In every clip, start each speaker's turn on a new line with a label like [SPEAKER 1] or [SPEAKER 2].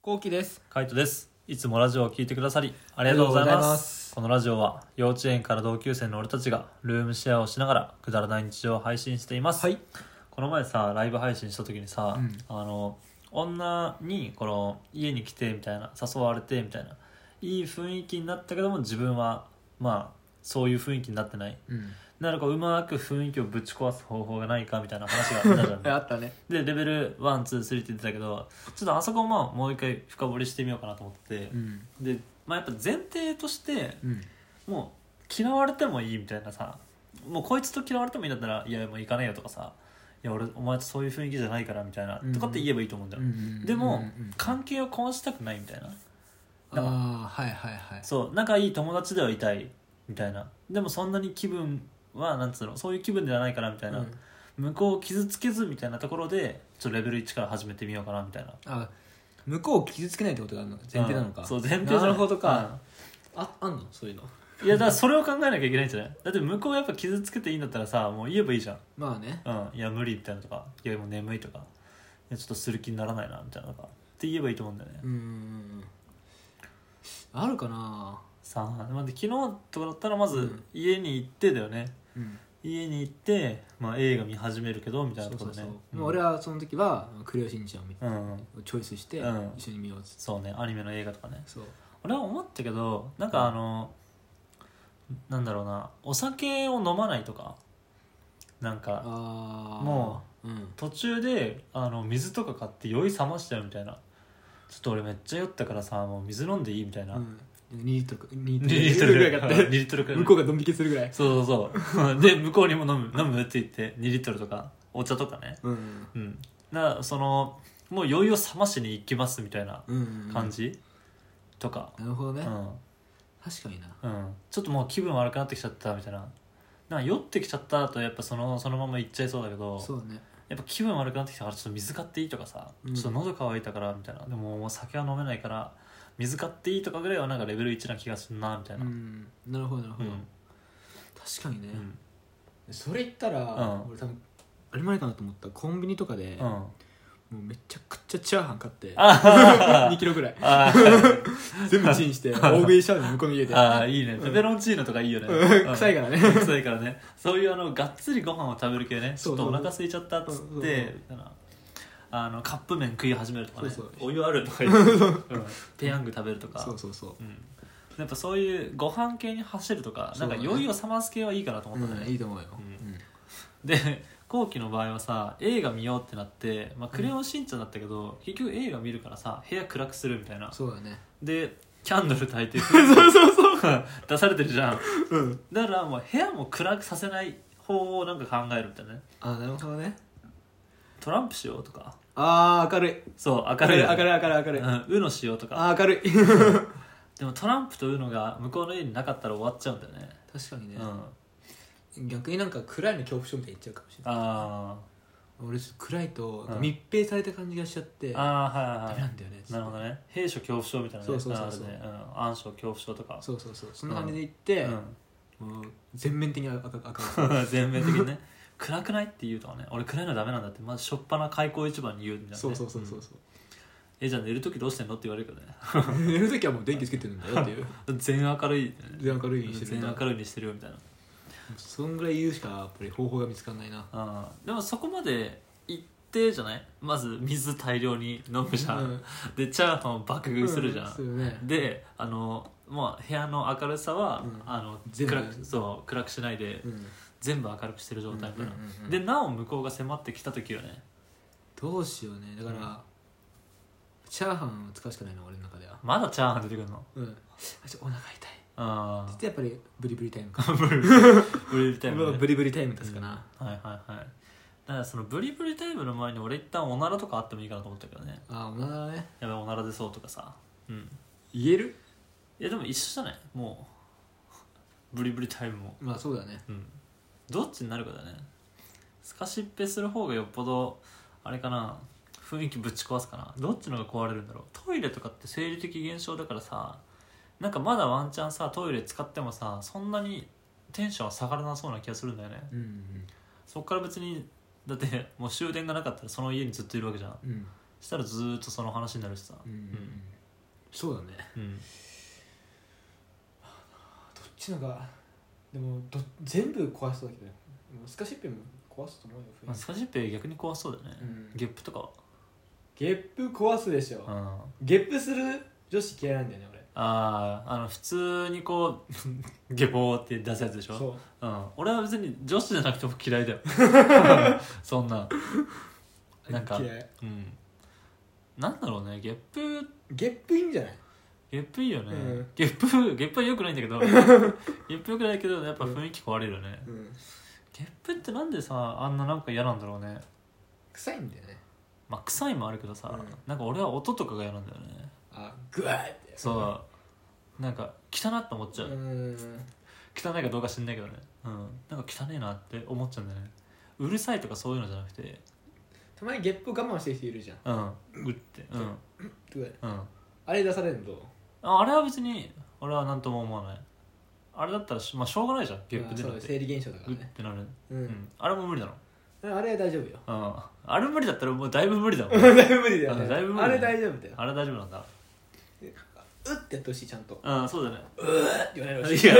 [SPEAKER 1] こうきです。
[SPEAKER 2] カイトです。いつもラジオを聞いてくださり、ありがとうござい
[SPEAKER 1] あ
[SPEAKER 2] ま
[SPEAKER 1] りが
[SPEAKER 2] す。
[SPEAKER 1] とうございます
[SPEAKER 2] このラジオは、幼稚園から同級生の俺たちが、ルームシェアをしながら、くだらない日常を配信しています。
[SPEAKER 1] はい。
[SPEAKER 2] この前さ、ライブ配信した時にさ、
[SPEAKER 1] うん
[SPEAKER 2] あの、女に、この、家に来て、みたいな、誘われて、みたいな、いい雰囲気になったけども、自分は、まあ、そういう雰囲気になってない。
[SPEAKER 1] うん。
[SPEAKER 2] なるか、うまく雰囲気をぶち壊す方法がないか、みたいな話が出たじゃ ん。
[SPEAKER 1] あったね。
[SPEAKER 2] でレベル123って出たけどちょっとあそこももう一回深掘りしてみようかなと思ってて、
[SPEAKER 1] ん。
[SPEAKER 2] で、まあ、やっぱ前提として
[SPEAKER 1] うん。
[SPEAKER 2] もう嫌われてもいいみたいなさもうこいつと嫌われてもいいんだったらいやもう行かねえよとかさいや俺お前とそういう雰囲気じゃないからみたいな、
[SPEAKER 1] うん
[SPEAKER 2] とかって言えばいいと思うんだよ、で
[SPEAKER 1] で
[SPEAKER 2] も、
[SPEAKER 1] も、
[SPEAKER 2] 関係を壊したくないみたいなだから
[SPEAKER 1] ああー、はいはいはい。
[SPEAKER 2] そう仲いい友達ではいたいみたいなでもそんなに気分はなんつうのそういう気分ではないからみたいな、
[SPEAKER 1] うん
[SPEAKER 2] 向こうを傷つけずみたいなところでちょっとレベル1から始めてみようかなみたいな
[SPEAKER 1] あ向こうを傷つけないってことがあるの前提なのか。
[SPEAKER 2] うんそう前提じゃない
[SPEAKER 1] なるほどか。あ、あんのそういうの。
[SPEAKER 2] いやだからそれを考えなきゃいけないんじゃないだって向こうやっぱ傷つけていいんだったらさもう言えばいいじゃん
[SPEAKER 1] まあね。
[SPEAKER 2] うんいや無理みたいなとかいやもう眠いとかいやちょっとする気にならないなみたいなとかって言えばいいと思うんだよね、
[SPEAKER 1] うんうんうん。あるかな
[SPEAKER 2] さあまあで昨日とかだったらま
[SPEAKER 1] う
[SPEAKER 2] ず
[SPEAKER 1] ん
[SPEAKER 2] 家に行ってだよね、
[SPEAKER 1] うん。
[SPEAKER 2] 家に行って、まあ、映画見始めるけどみたい
[SPEAKER 1] そ
[SPEAKER 2] な
[SPEAKER 1] う
[SPEAKER 2] とこ
[SPEAKER 1] そう
[SPEAKER 2] ろで
[SPEAKER 1] そう
[SPEAKER 2] ね。
[SPEAKER 1] もう俺
[SPEAKER 2] は
[SPEAKER 1] はその時は、クレヨンしんちゃんを見て
[SPEAKER 2] うんうん
[SPEAKER 1] チョイスして
[SPEAKER 2] うん、
[SPEAKER 1] 一緒に見ようっつって。
[SPEAKER 2] そうねアニメの映画とかね
[SPEAKER 1] そう。
[SPEAKER 2] 俺は思ったけどなんかあの、なんだろうなお酒を飲まないとかなんか
[SPEAKER 1] ああ。
[SPEAKER 2] も
[SPEAKER 1] う。うん。
[SPEAKER 2] 途中であの水とか買って酔い冷ましちゃうみたいなちょっと俺めっちゃ酔ったからさもう水飲んでいいみたいな、
[SPEAKER 1] うん。2リットルか、2リ
[SPEAKER 2] 2リットルぐらい
[SPEAKER 1] 買
[SPEAKER 2] 買
[SPEAKER 1] っ
[SPEAKER 2] ってて2リットルくらい
[SPEAKER 1] 向こうがドン引きするぐらい。
[SPEAKER 2] そうそうそうで向こうにも飲む飲むって言って2リットルとかお茶とかね
[SPEAKER 1] うん。
[SPEAKER 2] うんだからそのもう酔いを冷ましに行きますみたいな
[SPEAKER 1] うん
[SPEAKER 2] 感じ、とか
[SPEAKER 1] なるほど
[SPEAKER 2] う
[SPEAKER 1] ね、
[SPEAKER 2] ん
[SPEAKER 1] 確かにな
[SPEAKER 2] うんちょっともう気分悪くなってきちゃったみたいななんか酔ってきちゃったとやっぱそのそのまま行っちゃいそうだけど
[SPEAKER 1] そうね
[SPEAKER 2] やっぱ気分悪くなってきたからちょっと水買っていいとかさ、
[SPEAKER 1] うん
[SPEAKER 2] ちょっと喉乾いたからみたいなでももう酒は飲めないから水買っていいとかぐらいはなんかレベル1な気がするなみたいうなうん
[SPEAKER 1] んなるほどなるほ
[SPEAKER 2] う
[SPEAKER 1] ど、
[SPEAKER 2] ん
[SPEAKER 1] 確かにね
[SPEAKER 2] う、ん
[SPEAKER 1] それ言ったら、
[SPEAKER 2] うん
[SPEAKER 1] 俺多分あれ前かなと思ったコンビニとかで、も
[SPEAKER 2] あ
[SPEAKER 1] うめちゃくちゃチャーハン買って
[SPEAKER 2] あ
[SPEAKER 1] 2キロ ぐらい
[SPEAKER 2] あ
[SPEAKER 1] 全部チンして大食いしたの向こうの家で
[SPEAKER 2] ああいいねペペロンチーノとかいいよね、
[SPEAKER 1] うん
[SPEAKER 2] う ん
[SPEAKER 1] 臭いからね
[SPEAKER 2] 臭いからねそういうあのがっつりご飯を食べる系ねち
[SPEAKER 1] そ
[SPEAKER 2] ょ
[SPEAKER 1] う
[SPEAKER 2] っ
[SPEAKER 1] そう
[SPEAKER 2] とお腹空いちゃったっつ
[SPEAKER 1] うん
[SPEAKER 2] っ
[SPEAKER 1] そう
[SPEAKER 2] てあのあのカップ麺食い始めるとかね
[SPEAKER 1] そうそう
[SPEAKER 2] お湯あるとか 言って、うんペヤング食べるとか
[SPEAKER 1] そうそうそう
[SPEAKER 2] うん、やっぱそういうご飯系に走るとか、
[SPEAKER 1] そ
[SPEAKER 2] な
[SPEAKER 1] うんだ
[SPEAKER 2] か
[SPEAKER 1] ね
[SPEAKER 2] 酔いを冷ます系はいいかなと
[SPEAKER 1] う
[SPEAKER 2] 思った
[SPEAKER 1] ん
[SPEAKER 2] ね、
[SPEAKER 1] いいと思うよ、
[SPEAKER 2] うんで後期の場合はさ映画見ようってなって「まあ、クレヨンしんちゃん」だったけど、結局映画見るからさ部屋暗くするみたいな
[SPEAKER 1] そうだね
[SPEAKER 2] でキャンドル焚いて そうそうそう 出されてるじゃん
[SPEAKER 1] うん
[SPEAKER 2] だからもう部屋も暗くさせない方法をなんか考えるみたいなね
[SPEAKER 1] あなるほどね
[SPEAKER 2] トランプしようとか
[SPEAKER 1] あー明るい
[SPEAKER 2] そう明るい
[SPEAKER 1] 明るい明るい明るい、
[SPEAKER 2] うん、UNO しようとか
[SPEAKER 1] あー明るい
[SPEAKER 2] でもトランプと UNO が向こうの家になかったら終わっちゃうんだよね
[SPEAKER 1] 確かにね
[SPEAKER 2] う、ん
[SPEAKER 1] 逆になんか暗いの恐怖症みたいに言っちゃうかもしれない
[SPEAKER 2] あー
[SPEAKER 1] 俺ちょっと暗いと
[SPEAKER 2] うん
[SPEAKER 1] 密閉された感じがしちゃって、
[SPEAKER 2] あ
[SPEAKER 1] ダ
[SPEAKER 2] ーはい
[SPEAKER 1] メ
[SPEAKER 2] は
[SPEAKER 1] ないんだよね
[SPEAKER 2] なるほどね兵所恐怖症みたいな
[SPEAKER 1] そ
[SPEAKER 2] ね
[SPEAKER 1] うそうそうそう
[SPEAKER 2] あるねうん、暗所恐怖症とか
[SPEAKER 1] そうそうそうそんな感じで行って、
[SPEAKER 2] う
[SPEAKER 1] もう全面的に赤 赤赤
[SPEAKER 2] ん、全面的にね暗くないって言うとかね俺暗いのダメなんだってまずしょっぱな開口一番に言うみたいな、ね、
[SPEAKER 1] そうそうそうそ
[SPEAKER 2] ん
[SPEAKER 1] うそ
[SPEAKER 2] えじゃあ寝る時どうしてんのって言われるけどね
[SPEAKER 1] う 寝る時はもう電気つけてるんだよっていう
[SPEAKER 2] 全明るい、ね、
[SPEAKER 1] 全明るいにしてるん
[SPEAKER 2] 全
[SPEAKER 1] だ
[SPEAKER 2] 明るいにしてるよみたいな
[SPEAKER 1] そんぐらい言うしかやっぱり方法が見つかんないな
[SPEAKER 2] あーでもそこまで一定じゃないまず水大量に飲むじゃん、
[SPEAKER 1] うん
[SPEAKER 2] でチャーハンを爆食いするじゃ、
[SPEAKER 1] うんするね
[SPEAKER 2] であのまあ部屋の明るさは、
[SPEAKER 1] うん
[SPEAKER 2] あの
[SPEAKER 1] 全部
[SPEAKER 2] 暗くそう暗くしないで、
[SPEAKER 1] うん
[SPEAKER 2] 全部明るくしてる状態みたいな、
[SPEAKER 1] うんうんうんうん
[SPEAKER 2] でなお向こうが迫ってきた時よね
[SPEAKER 1] どうしようねだから、
[SPEAKER 2] う
[SPEAKER 1] チャーハンを使うしかないの俺の中では
[SPEAKER 2] まだチャーハン出てくるの
[SPEAKER 1] うんあちょお腹痛い
[SPEAKER 2] あ
[SPEAKER 1] ってやっぱりブリブリタイムか
[SPEAKER 2] あブリブリタイム、ね、
[SPEAKER 1] ブリブリタイムですかな、
[SPEAKER 2] うんはいはいはいだからそのブリブリタイムの前に俺一旦おならとかあってもいいかなと思ったけどね
[SPEAKER 1] ああおならね
[SPEAKER 2] やべおなら出そうとかさうん
[SPEAKER 1] 言える
[SPEAKER 2] いやでも一緒じゃないもうブリブリタイムも
[SPEAKER 1] まあそうだね
[SPEAKER 2] うんどっちになるかだねすかしっぺする方がよっぽどあれかな雰囲気ぶち壊すかなどっちのが壊れるんだろうトイレとかって生理的現象だからさなんかまだワンチャンさトイレ使ってもさそんなにテンションは下がらなそうな気がするんだよね
[SPEAKER 1] うん
[SPEAKER 2] そっから別にだってもう終電がなかったらその家にずっといるわけじゃん
[SPEAKER 1] うんうん
[SPEAKER 2] したらずーっとその話になるしさ
[SPEAKER 1] うん、そうだね
[SPEAKER 2] うん、うん
[SPEAKER 1] どっちのがでもど全部壊すだけだよでもスカシッペも壊すと思うよ雰囲気
[SPEAKER 2] まあ、スカシッペ逆に怖そうだよね、
[SPEAKER 1] うん
[SPEAKER 2] ゲップとか
[SPEAKER 1] ゲップ壊すでしょ、
[SPEAKER 2] は、うん、
[SPEAKER 1] ゲップする女子嫌いなんだよね俺
[SPEAKER 2] あーあの普通にこう 下ボーって出すやつでしょ
[SPEAKER 1] そう
[SPEAKER 2] うん、俺は別に女子じゃなくても嫌いだよ そんななんか
[SPEAKER 1] 嫌い
[SPEAKER 2] うんなんだろうねゲップ
[SPEAKER 1] ゲップいいんじゃない
[SPEAKER 2] ゲップいいよね、
[SPEAKER 1] うん
[SPEAKER 2] ゲップゲップはよくないんだ けどゲップよくないけどやっぱ雰囲気壊れるよね、
[SPEAKER 1] うん
[SPEAKER 2] ゲップってなんでさあんななんか嫌なんだろうね
[SPEAKER 1] 臭いんだよね
[SPEAKER 2] まあ臭いもあるけどさ、
[SPEAKER 1] うん
[SPEAKER 2] なんか俺は音とかが嫌なんだよね
[SPEAKER 1] あグワーって
[SPEAKER 2] そうなんか汚っと思っちゃう、
[SPEAKER 1] うん
[SPEAKER 2] 汚いかどうか知んないけどねうんなんか汚いなって思っちゃうんだよねうるさいとかそういうのじゃなくて
[SPEAKER 1] たまにゲップ我慢してる人いるじゃん
[SPEAKER 2] うんうってうん
[SPEAKER 1] グワー
[SPEAKER 2] うん
[SPEAKER 1] あれ出されるのどう
[SPEAKER 2] ああれは別に俺は何とも思わないあれだったらし,、まあ、しょうがないじゃんゲップ出
[SPEAKER 1] ま
[SPEAKER 2] る
[SPEAKER 1] あ
[SPEAKER 2] っ
[SPEAKER 1] そう
[SPEAKER 2] て
[SPEAKER 1] 生理現象だか
[SPEAKER 2] う
[SPEAKER 1] ら
[SPEAKER 2] っ
[SPEAKER 1] ね
[SPEAKER 2] てなる
[SPEAKER 1] う
[SPEAKER 2] うんんあれも無理だろ
[SPEAKER 1] あれは大丈夫よ
[SPEAKER 2] うんあれ無理だったらもうだいぶ無理だ もん
[SPEAKER 1] だいぶ無理だよ
[SPEAKER 2] うんだいぶ無
[SPEAKER 1] ねあ
[SPEAKER 2] 理だね
[SPEAKER 1] れ大丈夫だよ
[SPEAKER 2] あれ大丈夫なんだ
[SPEAKER 1] うってやってほしいちゃんと
[SPEAKER 2] うんそうだね
[SPEAKER 1] うって言われるほしい
[SPEAKER 2] いや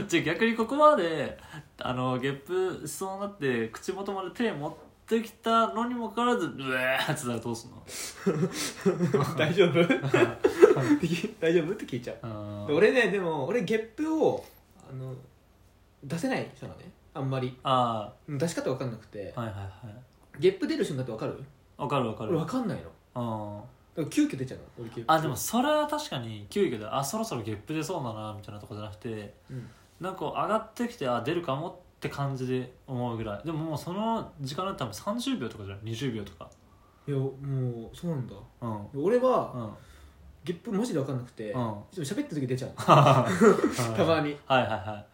[SPEAKER 2] じゃあ逆にここまであのゲップしそうになって口元まで手持ってきたのにもかかわらずうわーってたらどうすん の
[SPEAKER 1] 大丈夫大丈夫って聞いちゃう
[SPEAKER 2] うん
[SPEAKER 1] で俺ねでも俺ゲップをあの出せない人なのねあんまり
[SPEAKER 2] あ
[SPEAKER 1] うん出し方わかんなくて
[SPEAKER 2] あはいはいはい
[SPEAKER 1] ゲップ出る人になってわかる
[SPEAKER 2] わかるわか
[SPEAKER 1] 俺
[SPEAKER 2] る
[SPEAKER 1] わかんないのだか
[SPEAKER 2] うん
[SPEAKER 1] ら急遽出ちゃうの俺ゲップ
[SPEAKER 2] あでもそれは確かに急遽であそろそろゲップ出そうだなみたいなとこじゃなくて
[SPEAKER 1] うん
[SPEAKER 2] なんかこう上がってきてあ出るかもって感じで思うぐらいでももうその時間だったら多分30秒とかじゃない20秒とか
[SPEAKER 1] いやもうそうなんだ
[SPEAKER 2] うん
[SPEAKER 1] 俺
[SPEAKER 2] う
[SPEAKER 1] は
[SPEAKER 2] ん
[SPEAKER 1] ゲップマジでわかんなくて
[SPEAKER 2] うん
[SPEAKER 1] でも 喋った時出ちゃうの
[SPEAKER 2] た
[SPEAKER 1] たまに
[SPEAKER 2] はいはいは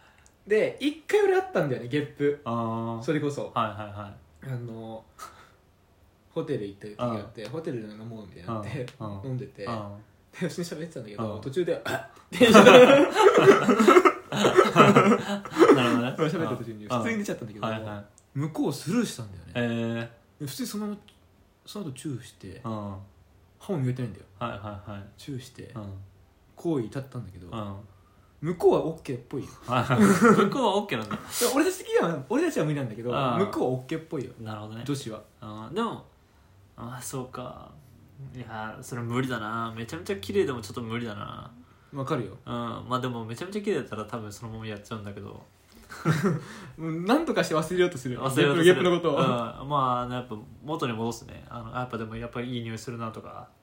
[SPEAKER 2] い
[SPEAKER 1] で一回俺あったんだよねゲップ
[SPEAKER 2] あー
[SPEAKER 1] それこそ
[SPEAKER 2] はいはいはい
[SPEAKER 1] あのホテル行った時があってホテルで飲もうみたいになって
[SPEAKER 2] うんうん
[SPEAKER 1] 飲んでて
[SPEAKER 2] うん
[SPEAKER 1] で一緒に喋ってたんだけど
[SPEAKER 2] うん
[SPEAKER 1] 途中で あっ
[SPEAKER 2] なるほどね
[SPEAKER 1] 喋った時に普通に出ちゃったんだけ
[SPEAKER 2] うんはいは
[SPEAKER 1] ど
[SPEAKER 2] い
[SPEAKER 1] 向こうスルーしたんだよね
[SPEAKER 2] えー
[SPEAKER 1] 普通にそのままその後チューして
[SPEAKER 2] うんはい
[SPEAKER 1] 歯も磨いてないんだよ
[SPEAKER 2] はいはい
[SPEAKER 1] チューして
[SPEAKER 2] うん
[SPEAKER 1] 行為至ったんだけど
[SPEAKER 2] うん
[SPEAKER 1] 向こうは OK っぽいよ
[SPEAKER 2] はい はい向こうは OK なんだ
[SPEAKER 1] で俺たち的には俺たちは無理なんだけど
[SPEAKER 2] あー
[SPEAKER 1] 向こうは OK っぽいよ
[SPEAKER 2] なるほどね
[SPEAKER 1] 女子は
[SPEAKER 2] あーでもあーそうかいやーそれ無理だなめちゃめちゃ綺麗でもちょっと無理だな
[SPEAKER 1] わかるよ
[SPEAKER 2] うんまあでもめちゃめちゃ綺麗だったら多分そのままやっちゃうんだけど
[SPEAKER 1] もう何とかして忘れようとする
[SPEAKER 2] 忘れようとす
[SPEAKER 1] ゲ
[SPEAKER 2] る
[SPEAKER 1] ップのこと
[SPEAKER 2] うん、
[SPEAKER 1] を
[SPEAKER 2] まあやっぱ元に戻すねあのあやっぱでもやっぱりいい匂いするなとかあ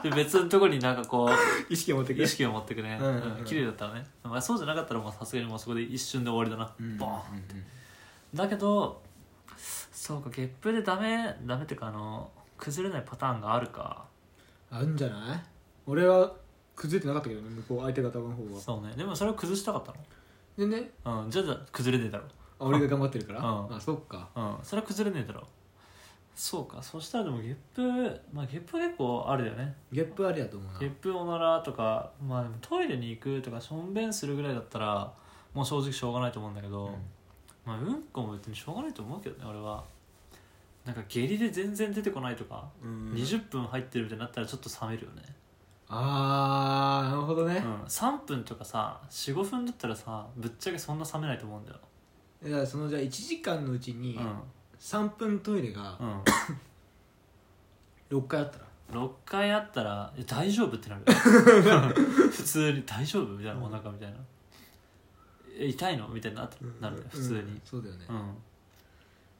[SPEAKER 2] ってで別のところになんかこう
[SPEAKER 1] 意識を持ってくる
[SPEAKER 2] 意識を持ってくね、
[SPEAKER 1] うんうんうん
[SPEAKER 2] うん綺麗だったらね、まあ、そうじゃなかったらもうさすがにもうそこで一瞬で終わりだな、ボーンだけどそうかゲップでダメダメっていうかあの崩れないパターンがあるか
[SPEAKER 1] あるんじゃない俺は崩れてなかったけどね向こう相手方の方は
[SPEAKER 2] そうねでもそれを崩したかった
[SPEAKER 1] でね
[SPEAKER 2] のうんじゃあ崩れねえだろ
[SPEAKER 1] あ俺が頑張ってるから
[SPEAKER 2] うん
[SPEAKER 1] あそっか
[SPEAKER 2] うんそれは崩れねえだろそうかそしたらでもゲップまあゲップは結構あるよね
[SPEAKER 1] ゲップあれやと思うな
[SPEAKER 2] ゲップおならとか、まあ、でもトイレに行くとかしょんべんするぐらいだったらもう正直しょうがないと思うんだけど、
[SPEAKER 1] うん
[SPEAKER 2] まあ、うんこも別にしょうがないと思うけどね俺はなんか下痢で全然出てこないとか、
[SPEAKER 1] うん
[SPEAKER 2] 20分入ってるみたいになったらちょっと冷めるよね、
[SPEAKER 1] あーなるほど
[SPEAKER 2] う
[SPEAKER 1] ね
[SPEAKER 2] ん、3分とかさ45分だったらさぶっちゃけそんな冷めないと思うんだよ
[SPEAKER 1] だからそのじゃあ1時間のうち
[SPEAKER 2] う
[SPEAKER 1] に
[SPEAKER 2] ん、
[SPEAKER 1] 3分トイレが
[SPEAKER 2] うん、
[SPEAKER 1] 6回あったら
[SPEAKER 2] 6回あったら「え大丈夫?」ってな る普通に「大丈夫?」みたいなお腹みたいな「え痛いの?」みたいになってなるね普通
[SPEAKER 1] う
[SPEAKER 2] に
[SPEAKER 1] んそうだよね
[SPEAKER 2] うん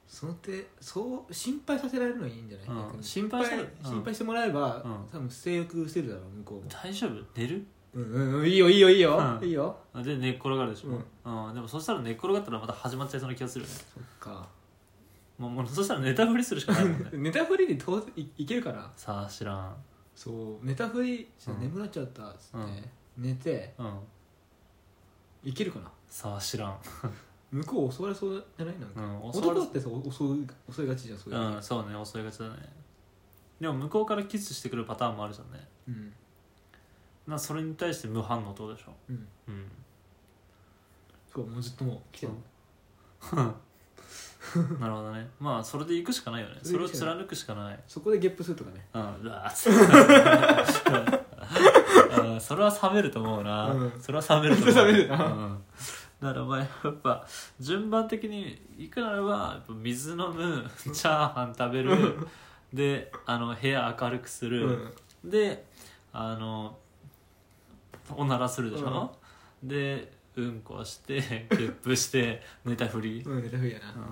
[SPEAKER 1] その手そう心配させられるのはいいんじゃない
[SPEAKER 2] うん
[SPEAKER 1] 逆に
[SPEAKER 2] 心配されうん
[SPEAKER 1] 心配してもらえば
[SPEAKER 2] うん
[SPEAKER 1] 多分性欲失せるだろう向こうも
[SPEAKER 2] 大丈夫寝る
[SPEAKER 1] うんうんうんいいよいいよいいよ
[SPEAKER 2] うん
[SPEAKER 1] いいよ
[SPEAKER 2] で寝っ転がるでしょ、
[SPEAKER 1] う
[SPEAKER 2] うんでもそしたら寝っ転がったらまた始まっちゃいそうな気がするよね
[SPEAKER 1] そっか
[SPEAKER 2] もうもうそしたら寝たふりするしかないも んね
[SPEAKER 1] ネタフリで当然いいけるかな
[SPEAKER 2] さあ知らん
[SPEAKER 1] そう寝たふりして
[SPEAKER 2] うん
[SPEAKER 1] 眠くなっちゃったっつって、
[SPEAKER 2] うん
[SPEAKER 1] 寝て
[SPEAKER 2] うん
[SPEAKER 1] いけるかな
[SPEAKER 2] さあ知らん
[SPEAKER 1] 向こう襲われそうじゃないなん
[SPEAKER 2] う
[SPEAKER 1] か、
[SPEAKER 2] ん襲わ
[SPEAKER 1] 男
[SPEAKER 2] れ
[SPEAKER 1] だってさお襲う襲いがちじゃんそういう
[SPEAKER 2] うんそうね襲いがちだねでも向こうからキスしてくるパターンもあるじゃんね
[SPEAKER 1] うん
[SPEAKER 2] なそれに対して無反応ってことでしょ
[SPEAKER 1] うん
[SPEAKER 2] うん
[SPEAKER 1] そうもうずっともう来てる、
[SPEAKER 2] うん なるほどねまあそれで行くしかないよねそ
[SPEAKER 1] それ
[SPEAKER 2] れ
[SPEAKER 1] で
[SPEAKER 2] を
[SPEAKER 1] 行くしかない
[SPEAKER 2] 貫くしかない
[SPEAKER 1] そこでゲップするとかね
[SPEAKER 2] うんうわーっつって うんそれは冷めると思うな、
[SPEAKER 1] うん
[SPEAKER 2] それは冷めると思う
[SPEAKER 1] 冷める
[SPEAKER 2] う、
[SPEAKER 1] なん
[SPEAKER 2] ならばやっぱ順番的に行くならばやっぱ水飲 むチャーハン食べるであの部屋明るくする、であのおならするでしょ、でうんこして ゲップして寝たふり、
[SPEAKER 1] うんネタフリや
[SPEAKER 2] うん
[SPEAKER 1] な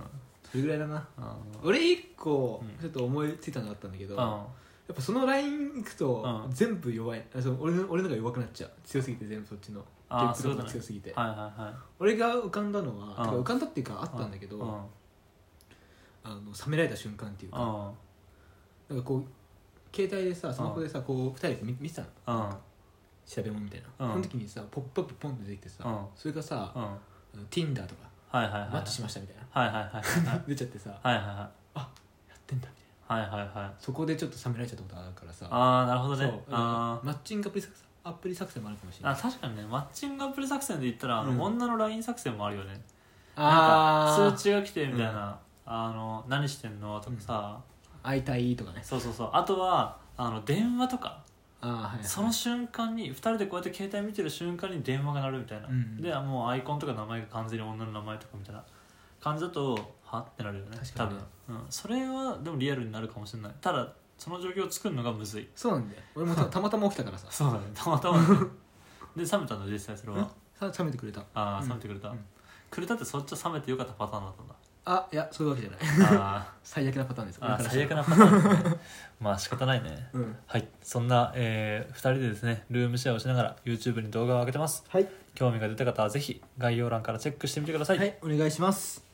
[SPEAKER 1] それぐらいだな
[SPEAKER 2] うん
[SPEAKER 1] 俺一個
[SPEAKER 2] うん
[SPEAKER 1] ちょっと思いついたのがあったんだけど、
[SPEAKER 2] う
[SPEAKER 1] や
[SPEAKER 2] ん
[SPEAKER 1] っぱそのラインいくと
[SPEAKER 2] うん
[SPEAKER 1] 全部弱い、あそう俺の俺のが弱くなっちゃう強すぎて全部そっちのゲ
[SPEAKER 2] あー
[SPEAKER 1] ップの
[SPEAKER 2] そうだ
[SPEAKER 1] 方
[SPEAKER 2] ね
[SPEAKER 1] が強すぎて、
[SPEAKER 2] はいはいはい
[SPEAKER 1] 俺が浮かんだのは、
[SPEAKER 2] うん
[SPEAKER 1] てか浮かんだっていうかあったんだけど、
[SPEAKER 2] う
[SPEAKER 1] あの冷められた瞬間っていうか、
[SPEAKER 2] ん
[SPEAKER 1] なんかこう携帯でさスマホでさ、こう2人で見見てたの
[SPEAKER 2] うんうん
[SPEAKER 1] 調べ物みたいな、
[SPEAKER 2] うん
[SPEAKER 1] その時にさポップアップポンって出てきてさ、
[SPEAKER 2] うん
[SPEAKER 1] それがさ、
[SPEAKER 2] うん
[SPEAKER 1] あの Tinder とか
[SPEAKER 2] はいはいはい
[SPEAKER 1] マッチしましたみたいな、
[SPEAKER 2] はいはいはいはい
[SPEAKER 1] 出ちゃってさや
[SPEAKER 2] はいはいはい
[SPEAKER 1] ってんだみたい
[SPEAKER 2] はいはいはい
[SPEAKER 1] なそこでちょっと冷められちゃったことあるからさ
[SPEAKER 2] ああなるほど
[SPEAKER 1] そう
[SPEAKER 2] ねあー
[SPEAKER 1] マッチングアプリ作戦アプリ作戦もあるかもしれない
[SPEAKER 2] あ確かにねマッチングアプリ作戦で言ったら、あの
[SPEAKER 1] うん
[SPEAKER 2] 女の LINE 作戦もあるよねなん
[SPEAKER 1] あ
[SPEAKER 2] か通知が来てみたいな、あの何してんのとかさ、
[SPEAKER 1] 会いたいとかね
[SPEAKER 2] そうそうそうあとはあの電話とか
[SPEAKER 1] あーはいはい
[SPEAKER 2] その瞬間に2人でこうやって携帯見てる瞬間に電話が鳴るみたいな、
[SPEAKER 1] うんうん
[SPEAKER 2] でもうアイコンとか名前が完全に女の名前とかみたいな感じだとはってなるよね
[SPEAKER 1] 確かにね
[SPEAKER 2] 多分、うん、それはでもリアルになるかもしれないただその状況を作るのがむずい
[SPEAKER 1] そうなんだよ俺もたたまたま起きたからさ
[SPEAKER 2] そうだね たまたまねで冷めたんだ実際それは
[SPEAKER 1] さ冷めてくれた
[SPEAKER 2] ああ
[SPEAKER 1] うん
[SPEAKER 2] 冷めてくれた、
[SPEAKER 1] うん
[SPEAKER 2] くれたってそっちは冷めてよかったパターンだった んだ
[SPEAKER 1] あいやそういうわけじゃない
[SPEAKER 2] あ
[SPEAKER 1] 最悪なパターンです
[SPEAKER 2] ーあ
[SPEAKER 1] 俺
[SPEAKER 2] ー
[SPEAKER 1] から
[SPEAKER 2] 最悪
[SPEAKER 1] したら
[SPEAKER 2] なパターンで すねまあ仕方ないね
[SPEAKER 1] うん
[SPEAKER 2] はいそんな、え2人でですねルームシェアをしながら YouTube に動画を上げてます
[SPEAKER 1] はい
[SPEAKER 2] 興味が出た方はぜひ概要欄からチェックしてみてください、
[SPEAKER 1] はいお願いします